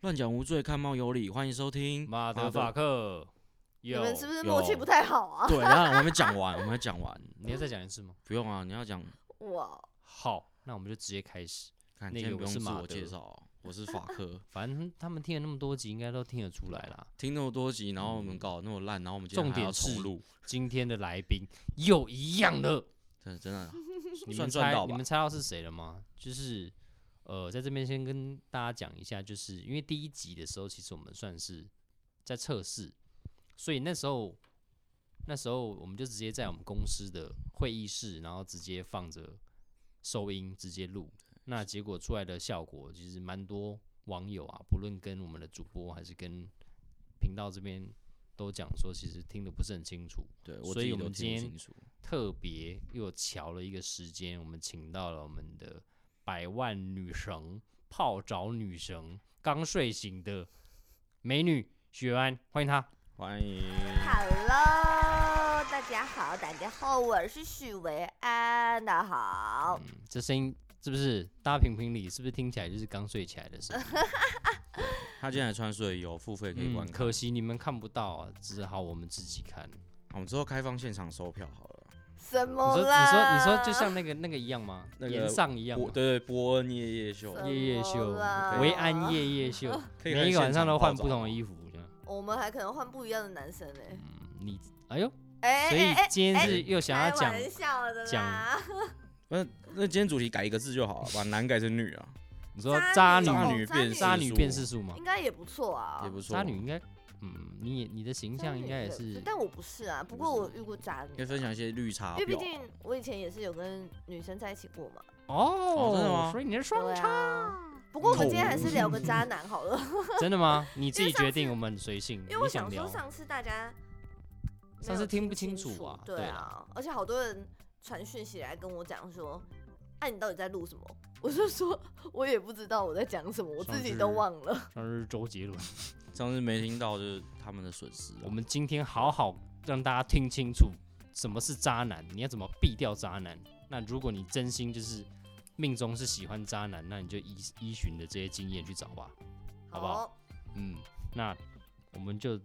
乱讲无罪，看猫有理。欢迎收 听。马德法克，你有们是不是有默契不太好啊？ 对，然后我还没讲完，我们讲完，你要再讲一次吗？不用啊，你要讲，我好，那我们就直接开始。看那今天个不我用是自马我德。介绍哦，我是法克反正他们听了那么多集，应该都听得出来啦。听那么多集，然后我们搞得那么烂，然后我们今天重还要点是重录，今天的来宾又一样了，真的真的 你算们赚猜到你吧们？猜到是谁了吗？就是呃，在这边先跟大家讲一下，就是因为第一集的时候，其实我们算是在测试，所以那时候那时候我们就直接在我们公司的会议室，然后直接放着收音直接录，那结果出来的效果其实蛮多网友啊，不论跟我们的主播还是跟频道这边都讲说，其实听得不是很清楚。对，我所以自己我都们听今不天清楚。特别又瞧了一个时间，我们请到了我们的百万女神、泡澡女神、刚睡醒的美女雪安，欢迎她。欢迎， ，Hello，大家好，大家好，我是许维安，大家好。嗯，这声音是不是？大家评评理，是不是听起来就是刚睡起来的声音？他今天还穿睡衣哦，付费可以观嗯，看。可惜你们看不到啊，只好我们自己看。你我们之后开放现场收票好了。什么说，你说，啦你说，就像那个那个一样吗？那个岩上一样波吗？对对，波恩夜夜秀，对夜夜怎秀么啦，维安夜夜秀，可以看每一个晚上都换不同的现衣服。这样 我们还可能换不一样的男生呢、嗯，你，哎呦，哎所以哎哎今天哎是又想要开讲玩笑的 啦，场报道。那那今天主题改一个字就好了，把男改成女啊，你说渣渣女女、女渣变女渣女世变俗世术吗应？该也不错啊，也不错。渣女应该，嗯，你也你的形渣象女应该也可以是，但我不是啊，不过我遇过渣可女以，啊分享一些绿茶因为毕婊。竟我以前也是有跟女生在一起过嘛。哦真的吗所以你是双对叉，啊。不过我们今天还是聊个口误渣男好了，真的吗？你自因己为上决定，次我们很随性，因为我你想聊说。上次大家没上有次听不清清楚啊对对啊，而且好多人传讯息来跟我讲说，哎、你到底在录什么？我就说我也不知道我在讲什么，我自己都忘了。上次是周杰 伦，上次没听到就是他们的损失啊。我们今天好好让大家听清楚什么是渣男，你要怎么避掉渣男。那如果你真心就是命中是喜欢渣男，那你就依依循着这些经验去找吧。好不好好？嗯，那我们就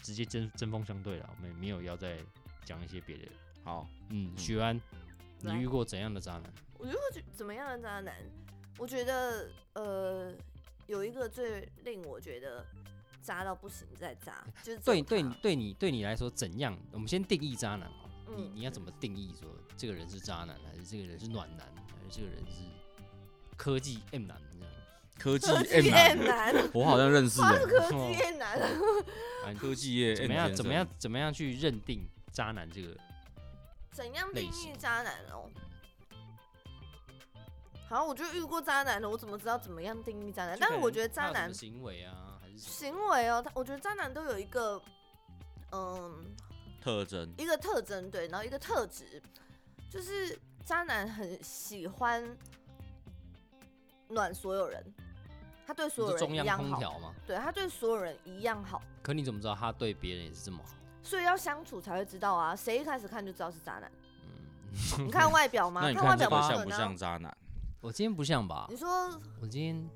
直接针针锋相对了，我们也没有要再讲一些别的。好，嗯，许安，你来遇过怎样的渣男？我觉得我觉怎么样的渣男？我觉得呃，有一个最令我觉得渣到不行再渣，就是只对有对他你对你对你来说怎样？我们先定义渣男好了，你嗯你要怎么定义说这个人是渣男，还是这个人是暖男，还是这个人是科技 M 男这样？科技 科 M 技男， 男，我好像认识啊他哎是哦科技厌男。反正科技哎业怎 M 么样先怎么生样？怎么样去认定渣男这个？怎样定类义型渣男哦？好，我就遇过渣男了，我怎么知道怎么样定义渣男？就但可是能我觉得他渣有什么男行为啊，还是什么行为哦，他我觉得渣男都有一个，嗯，特征？一个特征对，然后一个特质，就是渣男很喜欢暖所有人，他对所有是中人央一样空好，调吗？对他对所有人一样好，可你怎么知道他对别人也是这么好？所以要相处才会知道啊，谁一开始看就知道是渣男？嗯，你看外 表吗？那你外看这表个不像可不能啊像渣 男？我今天不像吧你？说我今天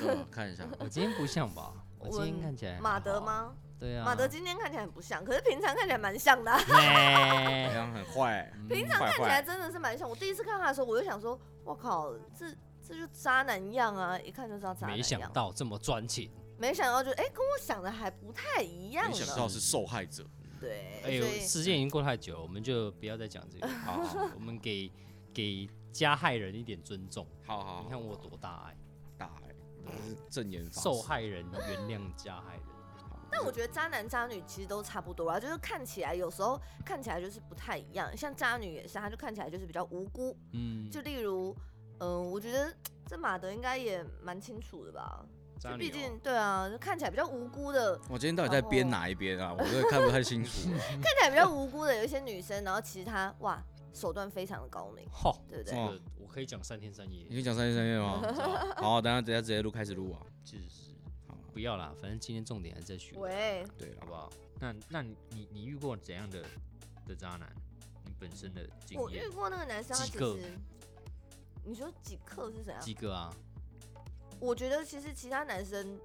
对吧看一下，我今天不像吧？我今我天们看起来还马德好啊？吗？对啊，马德今天看起来很不像，可是平常看起来蛮像的啊、好哎。 像很坏，平常坏看起来坏。真的是蛮像。我第一次看他的时候，我就想说，我靠，这这就渣男样啊，一看就知道渣男样。没想，到这么专情，没想到就哎、跟我想的还不太一样没想到呢。是受害 者，对，哎呦，时间已经过太久了，我们就不要再讲这个。好好我们给给加害人一点尊重。好哦好，你看我多大爱，大哎，我是正言法师受。害人原谅加 害人。但我觉得渣男渣女其实都差不多啊，就是看起来有时候看起来就是不太一样。像渣女也是，她就看起来就是比较无辜。嗯，就例如，嗯、我觉得这马德应该也蛮清楚的吧，渣就女毕哦竟对啊，就看起来比较无辜的。我今天到底在编然后哪一边啊？我真的看不太清楚。啊 看起来比较无辜的有一些女生，然后其实她哇手段非常的高明，吼，对不这对？个我可以讲三天三夜你。可以讲三天三夜吗？你知道吗 好，等一下等一下直接录，开始录啊。就是好，不要啦，反正今天重点还是在学，喂，对好啊，不好？那那你你你遇过怎样的的渣男？你本身的经我验遇过那个男生，他几其个实你说几克是怎样？几个啊？我觉得其实其他男生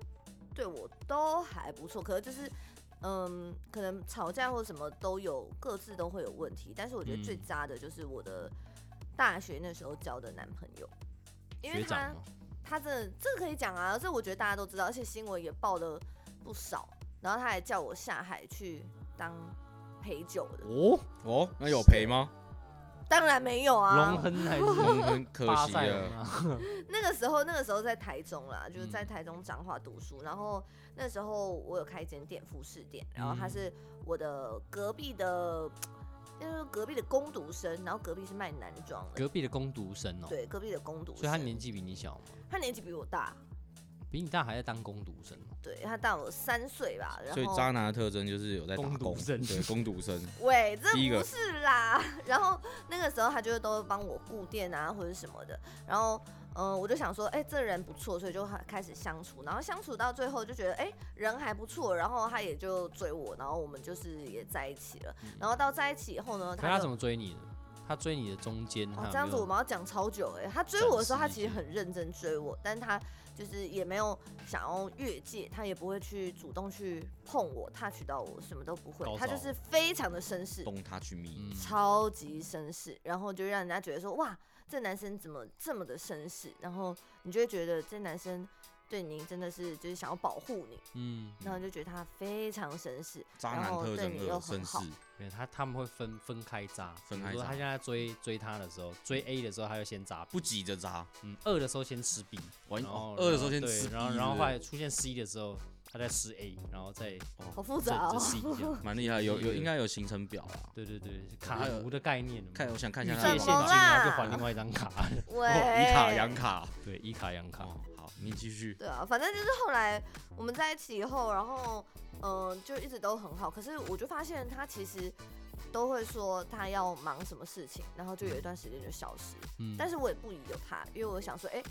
对我都还不错，可是就是。嗯，可能吵架或什么都有，各自都会有问题。但是我觉得最嗯渣的就是我的大学那时候交的男朋友，因为学他长哦嘛，他真的这个可以讲啊，这我觉得大家都知道，而且新闻也报的不少。然后他还叫我下海去当陪酒的，哦，哦，那有赔 吗？当然没有龙啊。亨还 是很很可巴惜塞隆了。啊，那个时候，那个时候在台中啦，就是在嗯台中彰化读书。然后那时候我有开一间店，服饰店，然后嗯他是我的隔壁的，就是隔壁的工读生，然后隔壁是卖男装的，隔壁的攻读生哦，对，隔壁的工读生。所以他年纪比你小嘛，他年纪比我大，比你大还在当攻读生哦，对他大我三岁吧。然所以后渣男的特征就是有在打攻读工，生对，工读生。喂，这第一个不是啦。 然后那个时候他就都帮我顾店啊，或者什么的。然后，嗯、我就想说，哎、这人不错，所以就还开始相处。然后相处到最后就觉得，哎、人还不错。然后他也就追我，然后我们就是也在一起了。然后到在一起以后呢，嗯可是他就怎么追你的？他追你的中间，他哦有，这样子没有我们要讲超久哎、他追我的时候，他展示一其实些很认真追我，但他就是也没有想要越界，他也不会去主动去碰我、touch 到我，什么都不会高。他招就是非常的绅士。 Don't touch me。嗯超级绅士，然后就让人家觉得说哇，这男生怎么这么的绅士？然后你就会觉得这男生对你真的是就是想要保护你，嗯，然后你就觉得他非常绅士，渣男特征都有绅然后对士，没有他他们会分分开扎，分开比如说扎他现在追追他的时候，追 A 的时候，他就先扎，不急着渣，嗯，二的时候先吃 B，完然后哦饿的时候先对吃 B，然后对然后不后来对出现 C 的时候，他再吃 A，然后再好复这杂这哦。 C 这样，蛮厉害，有有应该有行程表啊。对 对对，卡奴的概念嘛，看，我想看一遇下他界陷的啊阱，怎么网了址然后就还另外一张卡，喂，哦，以卡养卡。对，一卡两卡，哦，好，你继续。对啊，反正就是后来我们在一起以后，然后嗯、呃就一直都很好。可是我就发现他其实都会说他要忙什么事情，然后就有一段时间就消失。嗯，但是我也不疑有他，因为我想说，哎、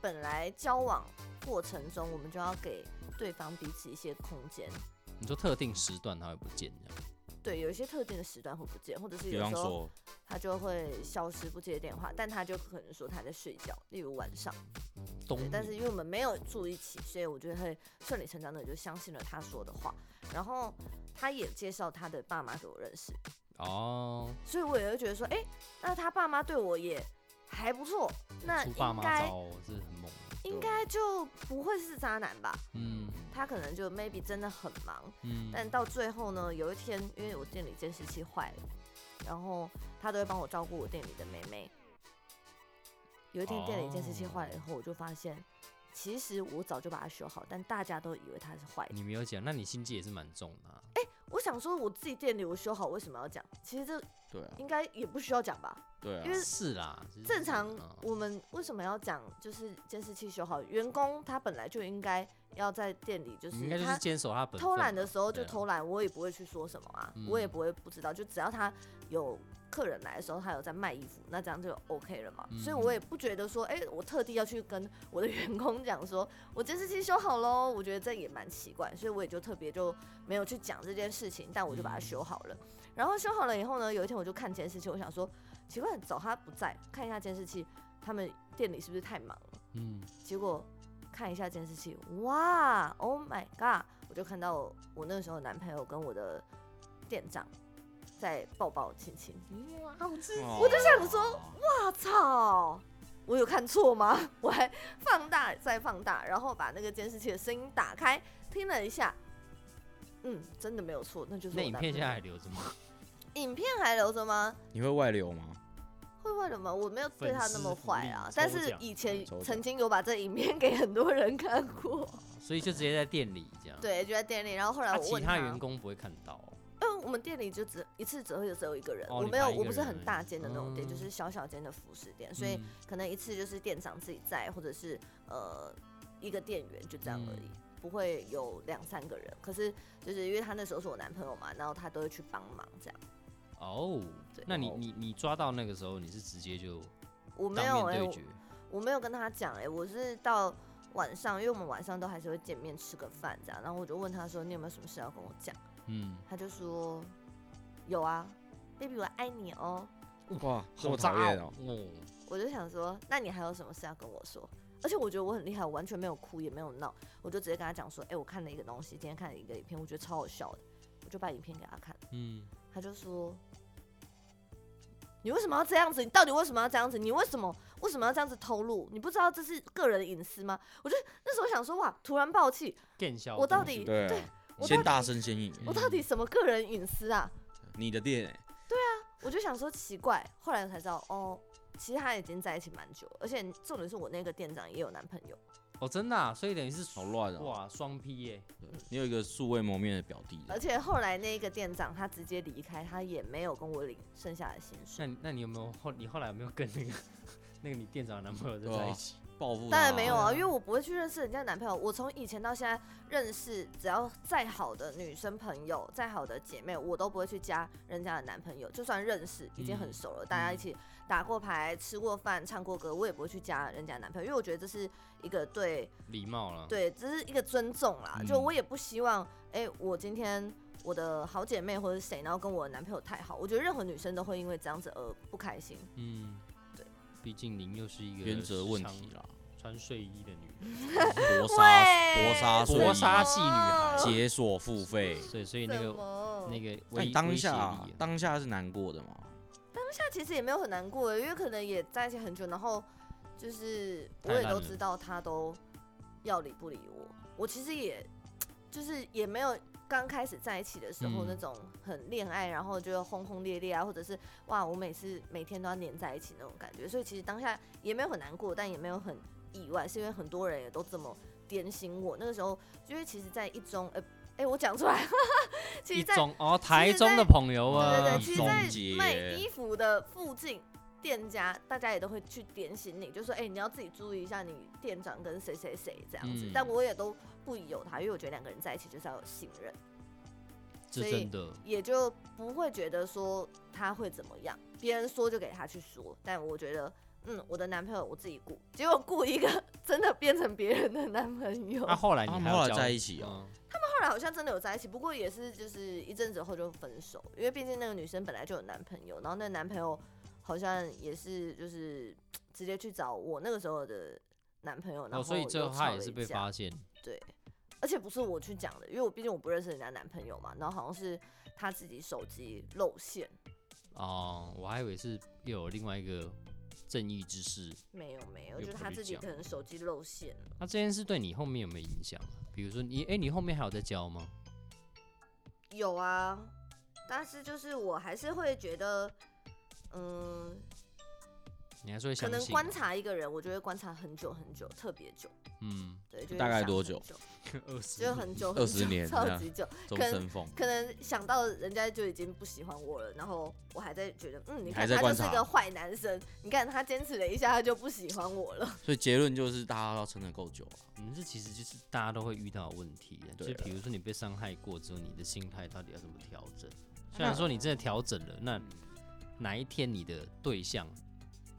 本来交往过程中我们就要给对方彼此一些空间，你说特定时段他会不见这样，对，有一些特定的时段会不见，或者是比有方时候说，他就会消失不接电话，但他就可能说他在睡觉，例如晚上，东对，但是部因为我们没有住一起，所以我就会顺理成章的就相信了他说的话，然后他也介绍他的爸妈给我认识，哦，所以我也会觉得说，哎、那他爸妈对我也还不错，那出爸应妈该招哦这是很猛的，应该就不会是渣男吧？嗯他可能就 maybe 真的很忙，嗯，但到最后呢，有一天因为我店里监视器坏了，然后他都会帮我照顾我店里的妹妹。有一天店里监视器坏了以哦后，我就发现，其实我早就把它修好，但大家都以为它是坏的。你没有讲，那你心机也是蛮重的啊，我想说，我自己店里我修好，为什么要讲？其实这对啊，应该也不需要讲吧？对啊因，为是啦，就是正常嗯我们为什么要讲？就是监视器修好，员工他本来就应该要在店里，就是你应该就他是坚守他本分偷懒嘛的时候对就啊偷懒，我也不会去说什么啊，我也嗯不会不知道，就只要他有客人来的时候，他有在卖衣服，那这样就 OK 了嘛。所以嗯我也不觉得说，哎、我特地要去跟我的 员工讲说，我监视器修好喽，我觉得这也蛮奇怪，所以我也就特别就没有去讲这件事情，但我就嗯把它修好了。然后修好了以后呢，有一天我就看监视器，我想说，奇怪，找他不在，看一下监视器，他们店里是不是太忙了？嗯，结果看一下监视器，哇，Oh my god！我就看到我我那个时候的男朋友跟我的店长在抱抱亲亲，哇，好刺激！我就想说，我操！我有看错吗？ 我还放大再放大，然后把那个监视器的声音打开，听了一下，嗯，真的没有错，那就是那我影男片朋现在友还留着吗？影片还留着吗？你会外流吗？会坏的吗？我没有对他那么坏啊粉丝福利，抽但是奖以前抽奖曾经有把这影片给很多人看过。所以就直接在店里这样。，对，就在店里。然后后来啊，我其问他员工不会看到哦。因嗯为我们店里就只一次只会有只有一个人，哦我你没有排一我个不是人很而已大间的那种店，就嗯是小小间的服饰店，所以嗯可能一次就是店长自己在，或者是呃一个店员就这样而嗯已。不会有两三个人，可是就是因为他那时候是我男朋友嘛，然后他都会去帮忙这样。哦对，那你哦你你抓到那个时候，你是直接就我没有当哎、面对我决，我没有跟他讲哎、我是到晚上，因为我们晚上都还是会见面吃个饭这样，然后我就问他说你有没有什么事要跟我讲，嗯，他就说有啊，baby 我爱你哦，哇，这好么讨渣厌哦！哦，我就想说，那你还有什么事要跟我说？而且我觉得我很厉害，我完全没有哭也没有闹，我就直接跟他讲说，哎、我看了一个东西，今天看了一个影片，我觉得超好笑的，我就把影片给他看，嗯，他就说，你为什么要这样子？你到底为什么要这样子？你为什么为什么要这样子透露？你不知道这是个人隐私吗？我就那时候想说，哇，突然暴气，更小我到东西底对对啊，哦我先到大声先赢，我到底什么个人隐私啊？你的店欸我就想说奇怪，后来我才知道哦，其实他已经在一起蛮久，而且重点是我那个店长也有男朋友，哦，真的、啊，所以等于是好乱哦，哇双 P 耶，你有一个素未谋面的表弟，而且后来那个店长他直接离开，他也没有跟我领剩下的薪那水，你那你有没有后你后来有没有跟那个 那个你店长的男朋友在对在啊一起？报复他当然没有啊，对啊因为我不会去认识人家男朋友，我从以前到现在认识只要再好的女生朋友、再好的姐妹，我都不会去加人家的男朋友，就算认识已经很熟了，大家一起打过牌、吃过饭、唱过歌，我也不会去加人家男朋友，因为我觉得这是一个对。礼貌了，，对，只是一个尊重啦。就嗯我也不希望，哎、我今天我的好姐妹或者是谁，然后跟我的男朋友太好，我觉得任何女生都会因为这样子而不开心。嗯，对，毕竟您又是一个原则问时常题啊啦，穿睡衣的女人，搏杀啊搏杀所以搏搏杀杀系女孩， 解锁付费，所以所以那个那个，个但威哎当威胁下啊哎力啊当下是难过的嘛，那其实也没有很难过，欸因为可能也在一起很久，然后就是我太也烂都了知道他都要理不理我，我其实也就是也没有。刚开始在一起的时嗯候，那种很恋爱，然后就轰轰烈烈啊，或者是哇，我每次每天都要黏在一起那种感觉，所以其实当下也没有很难过，但也没有很意外，是因为很多人也都这么点醒我。那个时候，因为其实，在一中，呃，哎、我讲出来， 其一实在，中哦，台在中的朋友对对啊对，，其实，中在介卖衣服的附近店家，大家也都会去点醒你，就说，哎、你要自己注意一下你店长跟谁谁谁这样子。嗯但我也都不疑有他，因为我觉得两个人在一起就是要有信任，这所以真的，也就不会觉得说他会怎么样，别人说就给他去说。但我觉得。嗯，我的男朋友我自己顾，结果顾一个 真的变成别人的男朋友。那啊后来你他还们后来要交在一起啊，嗯后来好像真的有在一起，不过也是就是一阵子后就分手，因为毕竟那个女生本来就有男朋友，然后那个男朋友好像也是就是直接去找我那个时候的男朋友，然后、哦，所以最后他也是被，发现，对，而且不是我去讲的，因为我毕竟我不认识人家男朋友嘛，然后好像是他自己手机露馅，哦，我还以为是又有另外一个正义之士。没有没有，又就是不他去自己讲可能手机露馅了，那这件事对你后面有没有影响啊？比如说你，哎、你后面还有在教吗？有啊，但是就是我还是会觉得，嗯，你还是会可相能信？啊观察一个人，我就会观察很久很久，特别久。 嗯，对，就大会概想多很久？二十就很久，很20久年超这样级久。终可能身奉。可能想到人家就已经不喜欢我了，然后我还在觉得，嗯，你还看在他就观是察哦个坏男生，你看他坚持了一下，他就不喜欢我了。所以结论就是，大家要撑得够久啊。你嗯们这其实就是大家都会遇到的问题啊，就对是了比如说你被伤害过之后，你的心态到底要怎么调整？虽那然说你真的调整了，那哪一天你的对象，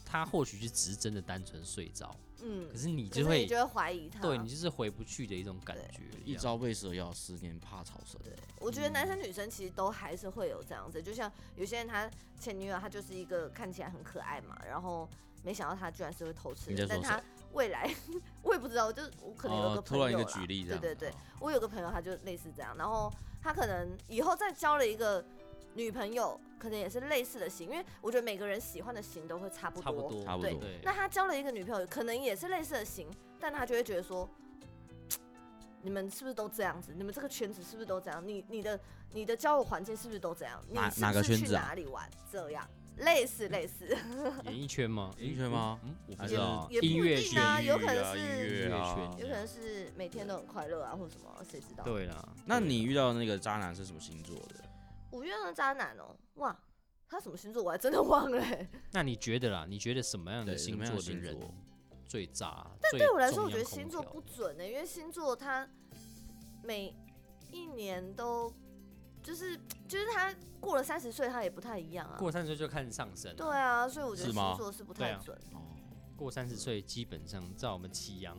他或许就只是真的单纯睡着，嗯，可是你可是就会你就会怀疑他。对你就是回不去的一种感对觉一哦样朝被蛇咬，十年怕草绳。我觉得男生女生其实都还是会有这样子，就像有些人他前女友她就是一个看起来很可爱嘛，然后没想到她居然是会偷吃你人在，但说谁她未来 我也不知道，就是我可能有哦个突朋友然一个啦举例这样。哦对啊对对，，我有个朋友，他就类似这样，然后他可能以后再交了一个女朋友，可能也是类似的型，因为我觉得每个人喜欢的型都会差不多。差不多，差不对多。对，那他交了一个女朋友，可能也是类似的型，但他就会觉得说，你们是不是都这样子？你们这个圈子是不是都这样？你你的你的交友环境是不是都这样？你哪是哪不个是圈去子啊 哪里玩？这样类似类似，演艺圈吗？演艺圈吗嗯，我不还知是道啊，也不音乐一定圈啊，有可音能是乐啊音乐圈有可能是每天都很快乐啊，或者什么，谁知道？对啦。那对你啦遇到的那个渣男是什么星座的？五月的渣男哦，哇，他什么星座我还真的忘了欸、那你觉得啦？你觉得什么样的对什星么样的座星的人座最渣？但对我来说，我觉得星座不准欸呢、因为星座它每一年都就是就是他过了三十岁，他也不太一样啊。过三十岁就看上升，对啊，所以我觉得是吗星座是不对太啊准。哦，过三十岁基本上在我们启阳，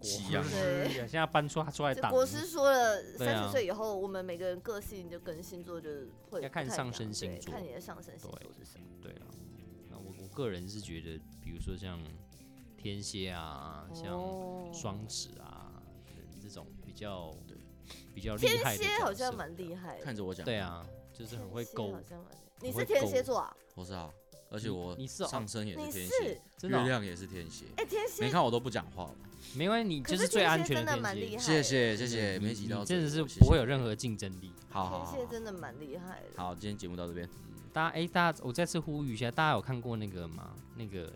启阳对现在搬出他出来就挡，国师说了，对啊三十岁以后，我们每个人个性就跟星座就是会要看不太一上样升星对座看你的上升星对啊座是什么。对了，那我我个人是觉得，比如说像天蝎啊，像哦，双子啊这种比较对比较厉天害的蝎角好像色蛮厉害的，看着我讲，对啊，就是很会天蝎勾好，像蛮厉害你很会是天勾蝎座啊？我是啊，而且你我你是哦上身也你是天是蝎，真的月哦、亮也是天蝎，哎，天蝎你看我都不讲话了，没关系，你可就是最天安蝎全真的天蛮厉蝎害，谢谢谢真的谢，嗯你没挤到你真的嘴是谢不谢会有任何竞争力。好好天好蝎啊好，真的蛮厉害的。好，今天节目到这边，大家哎、大家我再次呼吁一下，大家有看过那个吗？那个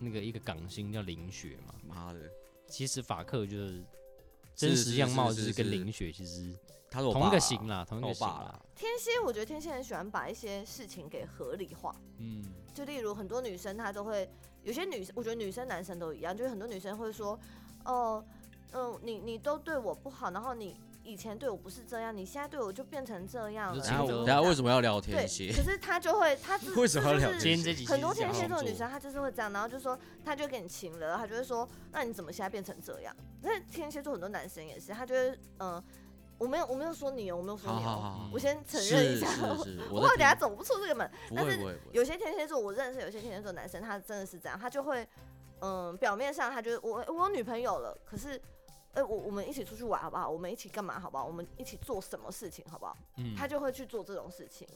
那个一个港星叫林雪吗？妈的，其实法克就是真是实样貌，就是是跟林零，雪其实他是我同一爸啊个啦型啦，同一我个型啊爸啦啦。，天蝎，我觉得天蝎很喜欢把一些事情给合理化，嗯，就例如很多女生她都会，有些女生，我觉得女生男生都一样，就是很多女生会说，哦，嗯，你你都对我不好，然后你以前对我不是这样，你现在对我就变成这样你了。说然后情我歌等下为什么么要聊对天？蝎？可是她就会，她自为什么要聊这就是今天这几期很多是讲天蝎座的工女作生，她就是会这样，然后就说她就会给你情了，她就会说，那你怎么现在变成这样？但是天蝎座很多男生也是，他就会，嗯、我没有我没有说你哦，我没有说好你好哦，好好，我先承认是一是下，是，我我怕在等下听走不出这个门。不但会是不会不会，有些天蝎座，我认识有些天蝎座男生，他真的是这样，他就会，嗯，表面上他就是我我有女朋友了，可是，哎、我我们一起出去玩好不好？我们一起干嘛好不好？我们一起做什么事情好不好？嗯他就会去做这种事情，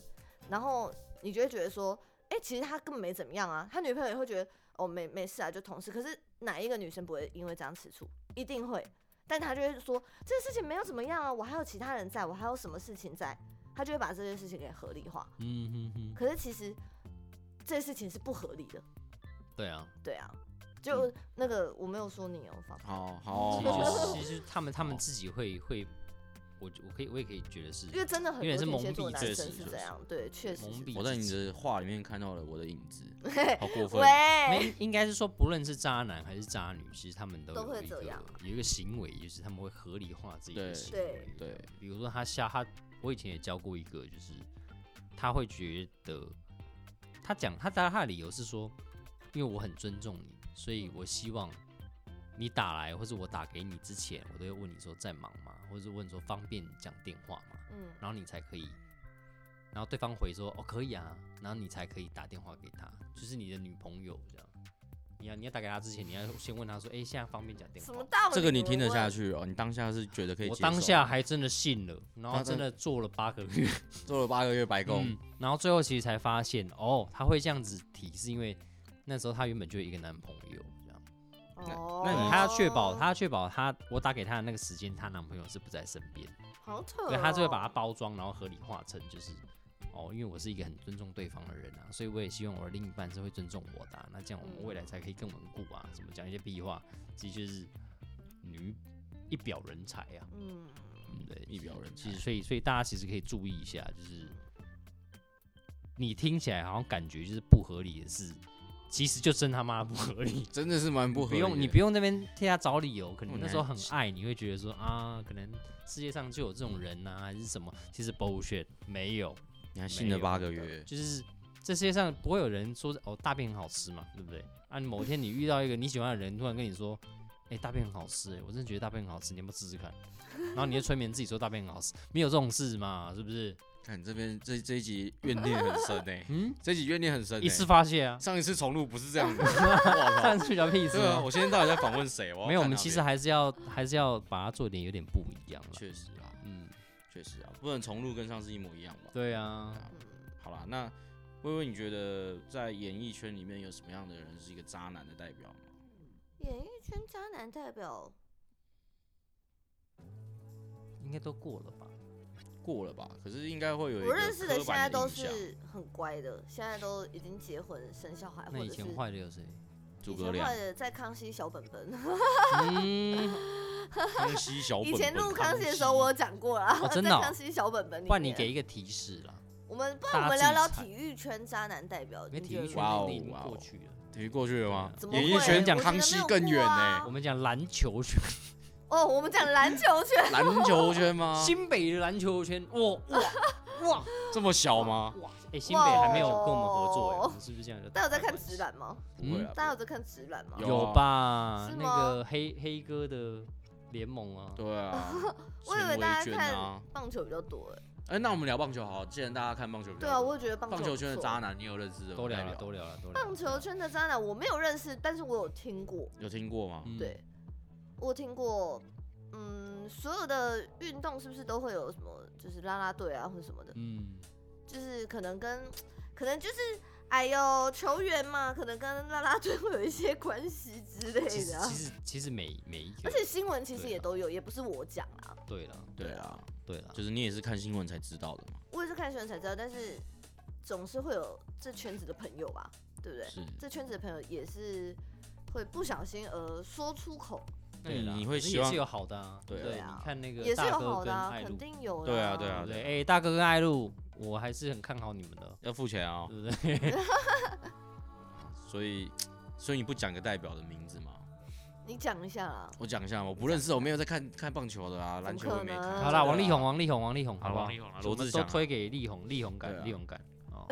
然后你就会觉得说，哎、其实他根本没怎么样啊，他女朋友也会觉得哦没没事啊，就同事。可是哪一个女生不会因为这样吃醋？一定会，但他就会说这个事情没有怎么样啊，我还有其他人在，我还有什么事情在，他就会把这件事情给合理化。嗯哼哼，可是其实这事情是不合理的，对 啊，对啊，就、那个我没有说你哦，方法，好好哦其实好就是好，其实就是他们他们自己会会，我我可以我也可以觉得是因为真的很有点多是天蒙蝎座蔽男自生己是就这是样，对，确实蒙 是蔽我在你自己的话里面看到了我的影 子，好过分，喂， 没，应该是说，不论是渣男还是渣女，其实他们都都有会一这个样啊有一个行为，就是他们会合理化自己的对行对为。对，比如说他下他，我以前也教过一个，就是他会觉得，他讲他当然他的理由是说，因为我很尊重你，所以我希望你打来或者我打给你之前，我都会问你说在忙吗，或者问说方便讲电话吗，嗯，然后你才可以，然后对方回说哦可以啊，然后你才可以打电话给他，就是你的女朋友这样。你要你要打给他之前，你要先问他说，哎、现在方便讲电什话么吗？道理？这个你听得我下问去哦？你当下是觉得可以接我受？当下还真的信了，然后他真在的做了八个月，做了八个月白宫嗯，然后最后其实才发现，哦，他会这样子提，是因为那时候她原本就有一个男朋友，这样，哦，那你她要确保她要确保她我打给她的那个时间，她男朋友是不在身边，好扯、哦，对，她就会把它包装，然后合理化成就是，哦，因为我是一个很尊重对方的人啊，所以我也希望我的另一半是会尊重我的啊、那这样我们未来才可以更稳固啊，什么讲一些屁话，其实就是女一表人才啊，嗯，嗯对，一表人才其实，所以所以大家其实可以注意一下，就是你听起来好像感觉就是不合理的事，其实就真他妈不合理。真的是蛮不合不理的。用你不用那边替他找理由，可哦能你那时候还很爱，你会觉得说啊，可能世界上就有这种人呐、还是什么？其实 bullshit 没有，你还嗯信了八个月，就是这世界上不会有人说哦大便很好吃嘛，对不对？啊，某天你遇到一个你喜欢的人，突然跟你说，哎、大便很好吃、哎，我真的觉得大便很好吃，你要不要试试看？ 然后你就催眠自己说大便很好吃，没有这种事嘛，是不是？看你这边这这一集怨念很深呢， 嗯，这一集怨念很深欸。一次发泄啊，上一次重录不是这样 的，我操！上去聊屁事对啊，吗？我今天到底在访问谁？要没有，我看们哪其实边还是要还是要把它做点有点不一样了。确实啊，嗯，确实啊，不能重录跟上次一模一样吧？对啊，好啦，那薇薇，你觉得在演艺圈里面有什么样的人是一个渣男的代表吗？演艺圈渣男代表，应该都过了吧？过了吧，可是应该会有一个我认识的刻现板在的都印象是很乖的，现在都已经结婚生小孩，那啊或以者是前坏的有 谁？诸以葛前亮坏、的在康熙小本本，嗯，康熙小本以本。前录康熙的时候康熙我有讲过啦，哦真 在的哦康熙小本本里不然你面，给一个提示啦，我们，不大家然我自们己聊聊猜体育圈渣男代表，因为你体觉育得圈哇哇哦那已经哇哦过去了。等于过去了吗？怎么演艺会圈我讲觉康得没熙有更过远呢、啊我们讲篮球圈，哦，我们讲篮球 圈，篮球圈 吗？新北的篮球圈，哇哇哇这么小吗？哇！哎、新北还没有跟我们合作、哎，哇我们是不是这样就？哦大家有在看直？男吗？不会啊，嗯大家有在看直男吗？有啊有吧？是那个黑黑哥的联盟啊，对啊，我以为 陈大维家娟看啊，棒球比较多哎，哎、哎、那我们聊棒球好了，既然大家看棒球比较对啊，多我也觉得棒球棒球圈的不错渣男，你有认识的吗？都聊来了，聊，都聊了，都聊了。棒球圈的渣男我没有认识，但是我有听过，有听过吗？嗯对，我听过，嗯，所有的运动是不是都会有什么，就是啦啦队啊或者什么的，嗯，就是可能跟，可能就是。哎呦，球员嘛，可能跟啦啦队会有一些关系之类其实的啊、其实其实每每一个而，且新闻其实对啊也都有，也不是我讲啊，对了对啊，对了，就是你也是看新闻才知道的嘛。我也是看新闻才知道，但是总是会有这圈子的朋友吧，对不对？是，这圈子的朋友也是会不小心而说出口，对对啦你会可是希也望是有好的啊，对啊对，对啊你看那也个是有大好哥的、跟啊，爱肯露，定有对啊啦对啊对不对？哎，大哥跟爱露，我还是很看好你们的。要付钱啊、对不对？ 所以，所以你不讲个代表的名字吗？你讲一下啊啦。我讲一下，我不认识，我没有在看看棒球的啊，怎么篮球我也没可看。能好啦，王力宏，，王力宏，王力宏，好不好王力宏啊？罗我们志都祥啊推给力宏，力宏对感，啊力宏感，哦，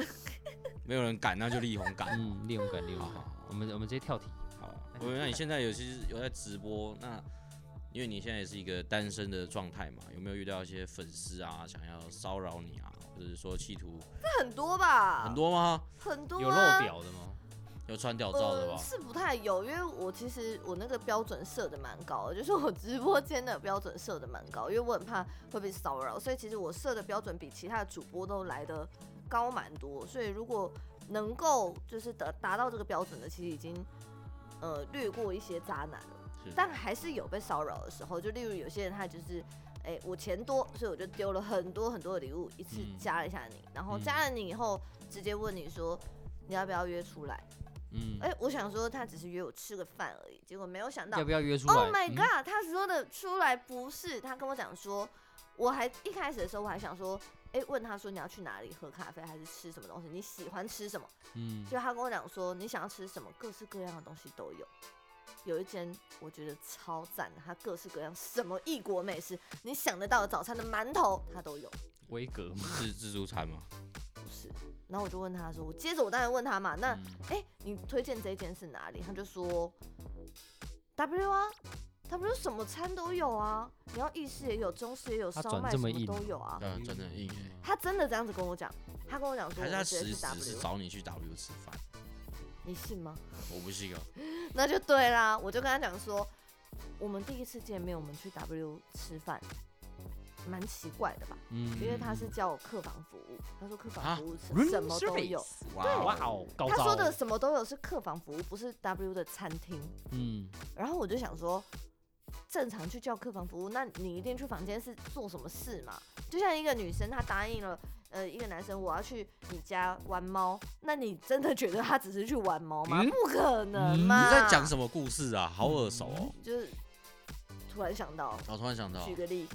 没有人敢，那就力宏敢。嗯，力宏感，力好宏好感。哦好我们我们直接跳题， 好，我那你现在有其实有在直播，那因为你现在也是一个单身的状态嘛，有没有遇到一些粉丝啊想要骚扰你啊，或者是说企图这很多吧，很多吗？很多、啊、有漏表的吗？有穿屌照的呃，吧？是不太有，因为我其实我那个标准设的蛮高的，就是我直播间的标准设的蛮高，因为我很怕会被骚扰，所以其实我设的标准比其他的主播都来的高蛮多，所以如果能够就是达达到这个标准的，其实已经呃略过一些渣男了，是嗯但还是有被骚扰的时候，就例如有些人他就是。哎、我钱多，所以我就丢了很多很多的礼物，一次嗯加了一下你，然后嗯加了你以后，直接问你说你要不要约出来，嗯，哎、我想说他只是约我吃个饭而已，结果没有想到要不要约出来，Oh my 嗯 god，、他说的出来不是他跟我讲说，我还一开始的时候我还想说，哎、问他说你要去哪里喝咖啡还是吃什么东西，你喜欢吃什么？嗯结果他跟我讲说你想要吃什么，各式各样的东西都有。有一间我觉得超赞的，它各式各样什么异国美食，你想得到的早餐的馒头它都有，威格嘛，是自助餐吗？不是？然后我就问他说，我接着我当然问他嘛，那嗯哎、你推荐这一间是哪里？他就说 W 啊，W 什么餐都有啊，你要意式也有，中式也有，他烧转麦这什么么硬都哦有啊。嗯，真的很硬欸。他真的这样子跟我讲，他跟我讲说，还我是他觉得实是时是 W，找你去 W 吃饭？你信吗？我不信哦。那就对啦，我就跟他讲说，我们第一次见面，我们去 W 吃饭。蛮奇怪的吧，嗯因为他是嗯叫我客房服务，他说客啊房服务是嗯什么都 Room 有， service 哇哇哦，哦，高他招说的哦，什么都有是客房服务，不是 W 的餐厅。嗯，然后我就想说，正常去叫客房服务，那你一定去房间是做什么事嘛？就像一个女生，她答应了呃一个男生，我要去你家玩猫，那你真的觉得她只是去玩猫吗？嗯不可能嗯嘛！你在讲什么故事啊？好耳熟哦！就是突然想到，我突然想到嗯举，个例，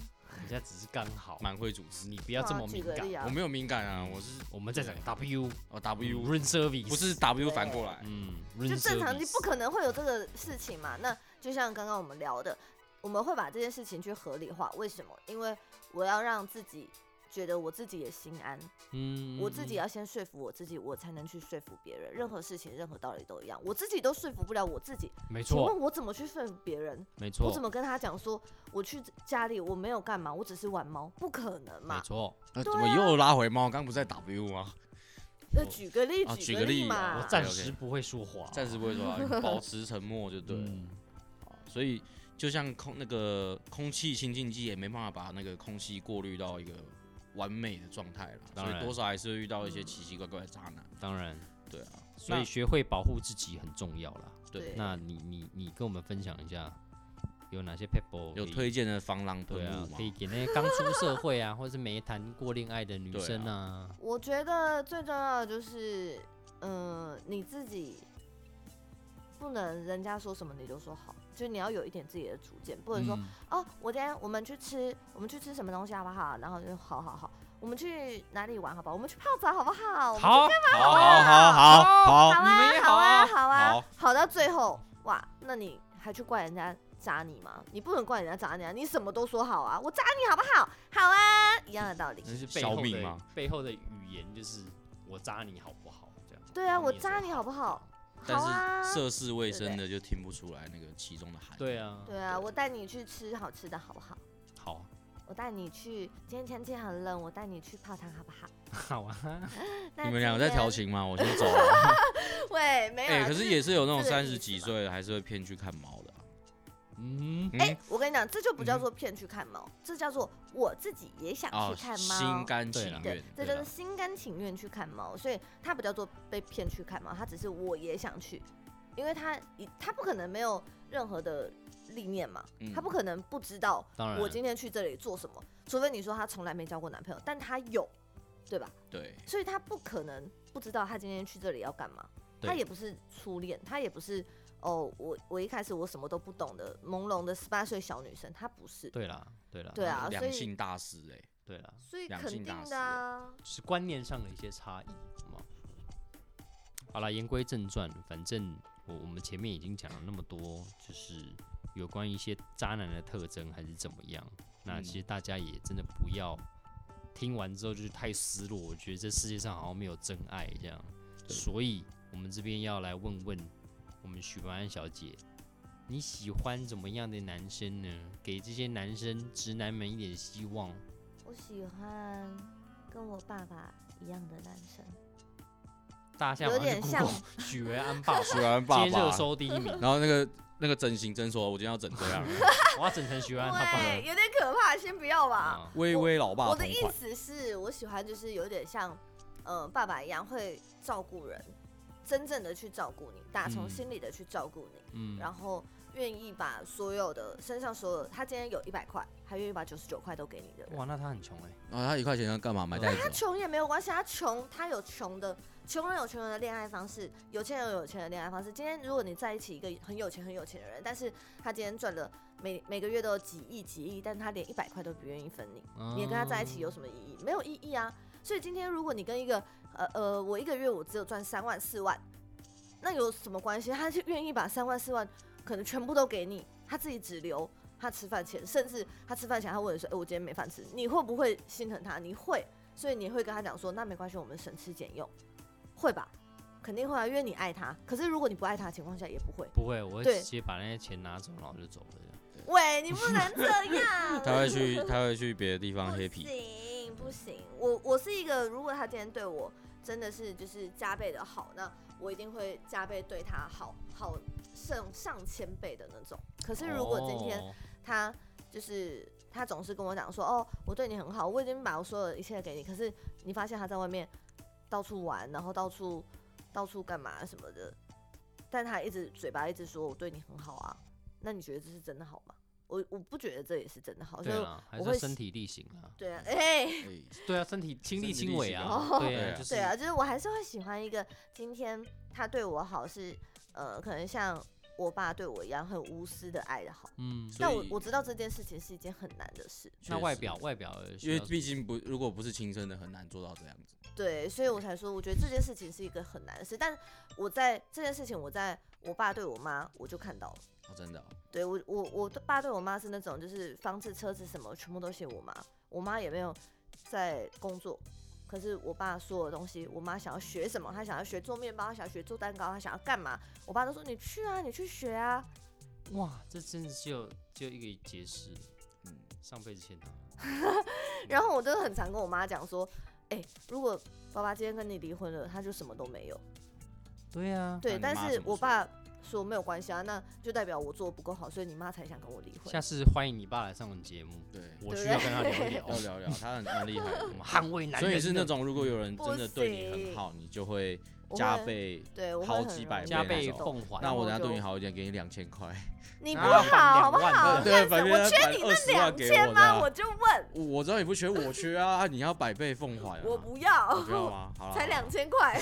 人家只是刚好，蛮会主持。你不哦要这啊么举敏个感例。啊我，没有敏感啊，我是我们在讲 W 哦 W， run service，不是 W 反过来。嗯，就 room 正常你 service 不可能会有这个事情嘛。那就像刚刚我们聊的，我们会把这件事情去合理化，为什么？因为我要让自己觉得我自己也心安，嗯，我自己啊要先说服我自己，我才能去说服别人。任何事情、任何道理都一样，我自己都说服不了我自己，没请错问我怎么去说服别人？没我错怎么跟他讲说我去家里我没有干嘛，我只是玩猫？不可能没嘛！错，那呃怎么又拉回猫？刚不是在 W 吗？那举个例，啊举个个例嘛。啊我在暂 OK，OK 时不会说谎，暂时不会说 啊，保持沉默就对了。嗯好所以就像空那个空气清净机也没办法把那个空气过滤到一个完美的状态啦，当所然以多少还是会遇到一些嗯奇奇怪怪的渣男。当然，对啊，所以学会保护自己很重要啦。对对那你你你跟我们分享一下，有哪些 people 有可以推荐的防狼对喷雾啊，吗可？以给那些刚出社会啊， 或是没谈过恋爱的女对啊生啊，我觉得最重要的就是，嗯、你自己不能人家说什么你就说好，就你要有一点自己的主见，不能说、嗯哦，我今天我们去吃，我们去吃什么东西好不好？然后就好好好，我们去哪里玩好不好？我们去泡澡好不好？哦我们哦好，好好好好好，你们啊也好好啊啊好啊好，好到最后哇，那你还去怪人家渣你吗？你不能怪人家渣你啊，你什么都说好啊，我渣你好不好？好啊，一样的道理。那是背后小敏的吗？背后的语言就是我扎你好不好？这样。对啊，然后我也渣说你好不好？好啊但，是涉世未对不对深的就听不出来那个其中的含义。对啊，对啊，我带你去吃好吃的好不好？好，我带你去，今天天气很冷，我带你去泡汤好 不好好？啊， 那你们两个在今天啊调？情吗？我先 走了。喂，没有啊、哎，可就是也是有那种这个三意思十几嘛岁的还是会骗去看猫的啊。嗯，嗯哎、我跟你讲，这就不叫嗯做骗去看猫，这叫做我自己也想哦去看，猫。心甘对情啦愿对，，这对就啦是心甘情愿去看猫，所以它不叫做被骗去看猫，它只是我也想去，因为它一它不可能没有任何的理念嘛，嗯它不可能不知道当然我今天去这里做什么，除非你说她从来没交过男朋友，但她有，对吧？对，所以她不可能不知道她今天去这里要干嘛，对她也不是初恋，她也不是哦，我我一开始我什么都不懂的朦胧的十八岁小女生，她不是，对啦，对啦，对啊，所良以性大师哎，对啦，所以两肯性大定师的啊，是观念上的一些差异，好吗？好了，言归正传，反正我我们前面已经讲了那么多，就是有关一些渣男的特征还是怎么样。那嗯其实大家也真的不要听完之后就是太失落，我觉得这世界上好像没有真爱这样。对所以我们这边要来问问我们许文安小姐，你喜欢怎么样的男生呢？给这些男生直男们一点希望。我喜欢跟我爸爸一样的男生。大象有好像点像 Google 许维安爸爸喜欢爸今天热爸。搜第一名，然后那个那个整形诊所，我今天要整这 样，我要整成许维安他对，爸啊有点可怕，先不要吧。爸。微微老爸我同的意款，思是我喜欢就是有点像，呃，爸爸一样会照顾人，真正的去照顾你，打从嗯心里的去照顾你，嗯，然后愿意把所有的身上所有，他今天有一百块，他愿意把九十九块都给你的人。哇，那他很穷哎，然啊后他一块钱要干嘛买袋 他子哦穷也没有关系，他穷，他有穷的，穷人有穷人的恋爱方式，有钱人有有钱人的恋爱方式。今天如果你在一起一个很有钱很有钱的人，但是他今天赚了每每个月都有几亿几亿，但他连一百块都不愿意分你，嗯你也跟他在一起有什么意义？没有意义啊！所以今天如果你跟一个呃呃，我一个月我只有赚三万四万，那有什么关系？他是愿意把三万四万可能全部都给你，他自己只留他吃饭钱，甚至他吃饭前他问你说：“哎、我今天没饭吃。”你会不会心疼他？你会，所以你会跟他讲说：“那没关系，我们省吃俭用。”会吧？肯定会啊，因为你爱他。可是如果你不爱他的情况下，也不会。不会，我会对直接把那些钱拿走，然后就走了这样。喂，你不能这 样。他会去他会去别的地方不 happy，行不行，我我是一个，如果他今天对我真的是就是加倍的好，那我一定会加倍对他好，好胜上千倍的那种。可是如果今天哦他就是他总是跟我讲说，哦，我对你很好，我已经把我所有的一切给你，可是你发现他在外面到处玩，然后到处到处干嘛什么的，但他一直嘴巴一直说我对你很好啊，那你觉得这是真的好吗？我我不觉得这也是真的好，所对以了，还是我要会身体力行啊。对啊， 哎、哎对啊，身体亲力亲为啊身体力行。对对啊，啊就是对啊，就是我还是会喜欢一个今天他对我好是，呃，可能像我爸对我一样很无私的爱的好。嗯，所但我以我知道这件事情是一件很难的事，那确外实表外表需因为要毕竟不如果不是亲生的，很难做到这样子。对，所以我才说，我觉得这件事情是一个很难的事。但我在这件事情，我在我爸对我妈，我就看到了。哦，真的哦，对我，我我对爸对我妈是那种，就是房子、车子什么，全部都写我妈。我妈也没有在工作，可是我爸所有东西，我妈想要学什么，她想要学做面包，她想要学做蛋糕，她想要干嘛，我爸都说你去啊，你去学啊。 哇，这真的只有只有一个解释，嗯，上辈子欠他。然后我都很常跟我妈讲说，哎、如果爸爸今天跟你离婚了，他就什么都没有。对啊，对，那但你妈是怎么我说爸说没有关系啊，那就代表我做的不够好，所以你妈才想跟我离婚下。次欢迎你爸来上我们节目，对，我对需要跟他聊一要聊，聊聊，他很蛮厉害的 我们捍卫 男人的。所以是那种如果有人不真的对你行很好，你就会我加会，倍。对，我会好很几容百易倍加那倍种奉还。那我等下就对你好一点，给你两千块。你啊不好，好不两万好？对干什反么正我他缺反你正那20万两给千我吗？的我就问，我我知道你不缺，我缺啊，你要百倍奉还啊。我不要你，不要 吗？好了，才两 千块，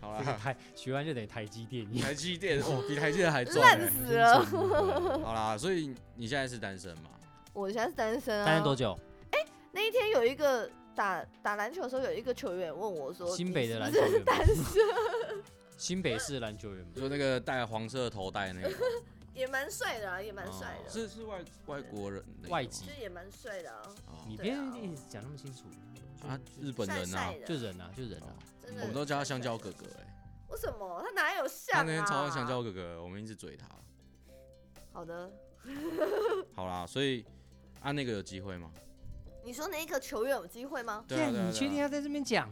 好这个了，台徐安就等于台积电一样。台积电哦，比台积电还赚欸。烂死了。 好啦，所以你现在是单身嘛？我现在是单身啊。单身多 久？那一天有一个打打篮球的时候，有一个球员问我说：“新你北是的不篮是球 员吗单身 新北市篮球员吗你？说那个戴黄色头带那个 也蛮帅的啊，也蛮帅哦的，是是外外国人那个吗外籍就也蛮帅的啊，哦你对别啊一直讲那么清楚啊，日本帅人啊帅，的，就人啊，就人啊哦，真的我们都叫他香蕉帅帅哥哥哎、的。为什么他哪有像他啊？那天超像香蕉哥哥，我们一直嘴他。好的，好啦，所以啊那个有机会吗？你说那一个球员有机会吗？对啊，对啊你确定对啊要在这边讲？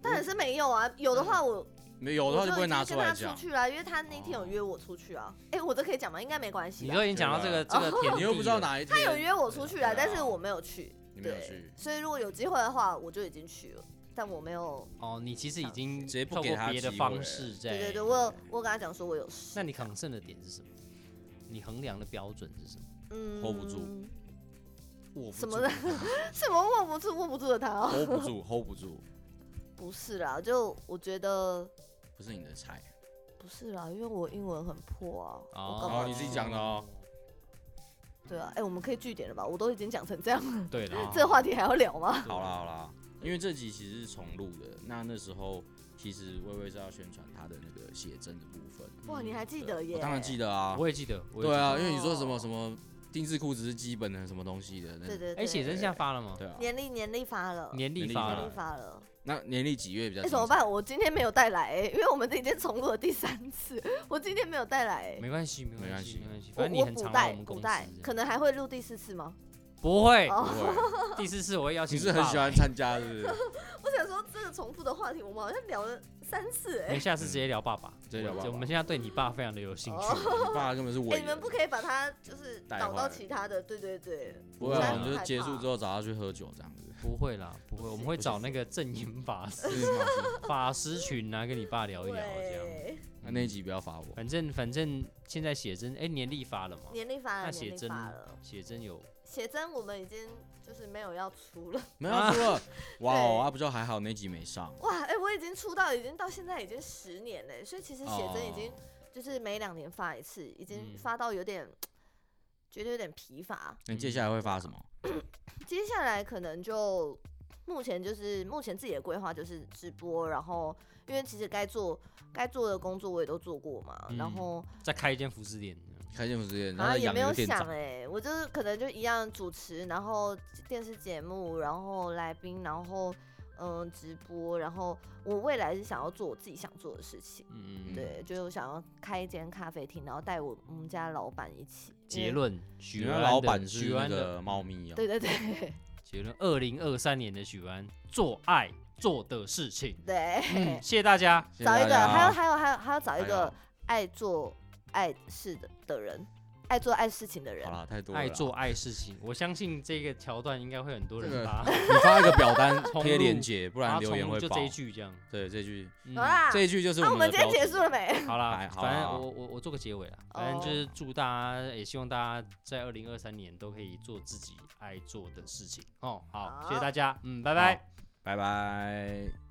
当然是没有啊，有的话我没嗯有的我话就不会已经拿跟来他讲哦出。去了，因为他那天有约我出去啊。哎，我这可以讲吗？应该没关系你啊。都已经讲到这个这个田地了，你又不知道哪一天，他有约我出去啊，对啊但是我没有去。你没有对去，，所以如果有机会的话，我就已经去了，但我没有。哦，你其实已经直接不透给过他别的机方会式在。对对对，我有我跟他讲说我有事。那你抗胜的点是什么？你衡量的标准是什么？嗯 hold 不住握不什么住 的，什么握不住握不住的他哦？ ，hold 不住，hold 不住，不是啦，就我觉得不是你的菜。不是啦，因为我英文很破啊。我干哦嘛你自己讲的哦。对啊，哎，我们可以据点了吧？我都已经讲成这样哦了，对的，哦这话题还要聊吗？ 好啦好啦，因为这集其实是重录的，那那时候其实微微是要宣传他的那个写真的部分。哇，你还记对得耶？我当然记得啊，我也记得。我也对记啊，得，因为你说什么哦什么丁字裤只是基本的什么东西的，那对对对。哎，写真下发了吗？对啊。年历年历发了，年历历发发年历了，发了。那年历几月比较哎、清楚？怎么办？我今天没有带来、欸，因为我们已经重录了第三次，我今天没有带来、欸。没关系，没没关关系，系没关系。我反正你我很补常来带我们公补司带，这可样，哦能还会录第四次吗？不会。不会，第四次我会邀请你是很爸喜爸欢参加是不 是？我想说这个重复的话题，我们好像聊了三次我哎、们下次直接聊爸爸，嗯直接聊爸爸我们现在对你爸非常的有兴趣。你爸根本是哎、伪人。你们不可以把它就是带导坏到了其他的，对对对，不会啊，我我们很就害是结束怕之后找他去喝酒这样 子。不会啦，不会，我们会找那个正音法师是吗法师群啊，跟你爸聊一聊这样。对，那那一集不要罚我。 反正反正现在写真，哎，年历发了嘛？年历发了，那年写历真发了，写真有写真我们已经就是没有要出了，没有啊输了，哇哦，啊不就还好那集没上。哇，哎、我已经出道已经到现在已经十年嘞、所以其实写真已经哦就是每两年发一次，已经嗯发到有点、觉得有点疲乏。那接下来会发什么？接下来可能就目前就是目前自己的规划就是直播，然后因为其实该做该做的工作我也都做过嘛，嗯然后再开一间服饰店，开幸福之夜，然好后再像啊也养没一有个店想长。哎、我就是可能就一样主持，然后电视节目，然后来宾，然后嗯直播，然后我未来是想要做我自己想做的事情。嗯，对，就是我想要开一间咖啡厅，然后带我我们家老板一起。因为结，论，许你安们的老板许是那安的嗯个猫咪啊？对 对对结论，二零二三年的许安做爱做的事情。对，嗯，谢谢大家。谢谢 找一个，大家哦还有还有还有还要找一还个有爱做爱事的的人，爱做爱事情的人好。啦，太多了啦。啊爱做爱事情，我相信这个桥段应该会很多人这个发，你发一个表单 重贴录链接，不然然后留言重录会就爆这。一句 这样。对，这句嗯好啦，这一句就是那我们们的今天标结准。束了没？好啦还，好啊反正好我我我做个结尾啦，反正哦就是祝大家，也希望大家在二零二三年都可以做自己爱做的事情哦。好，谢谢好大家，嗯，拜拜。拜拜。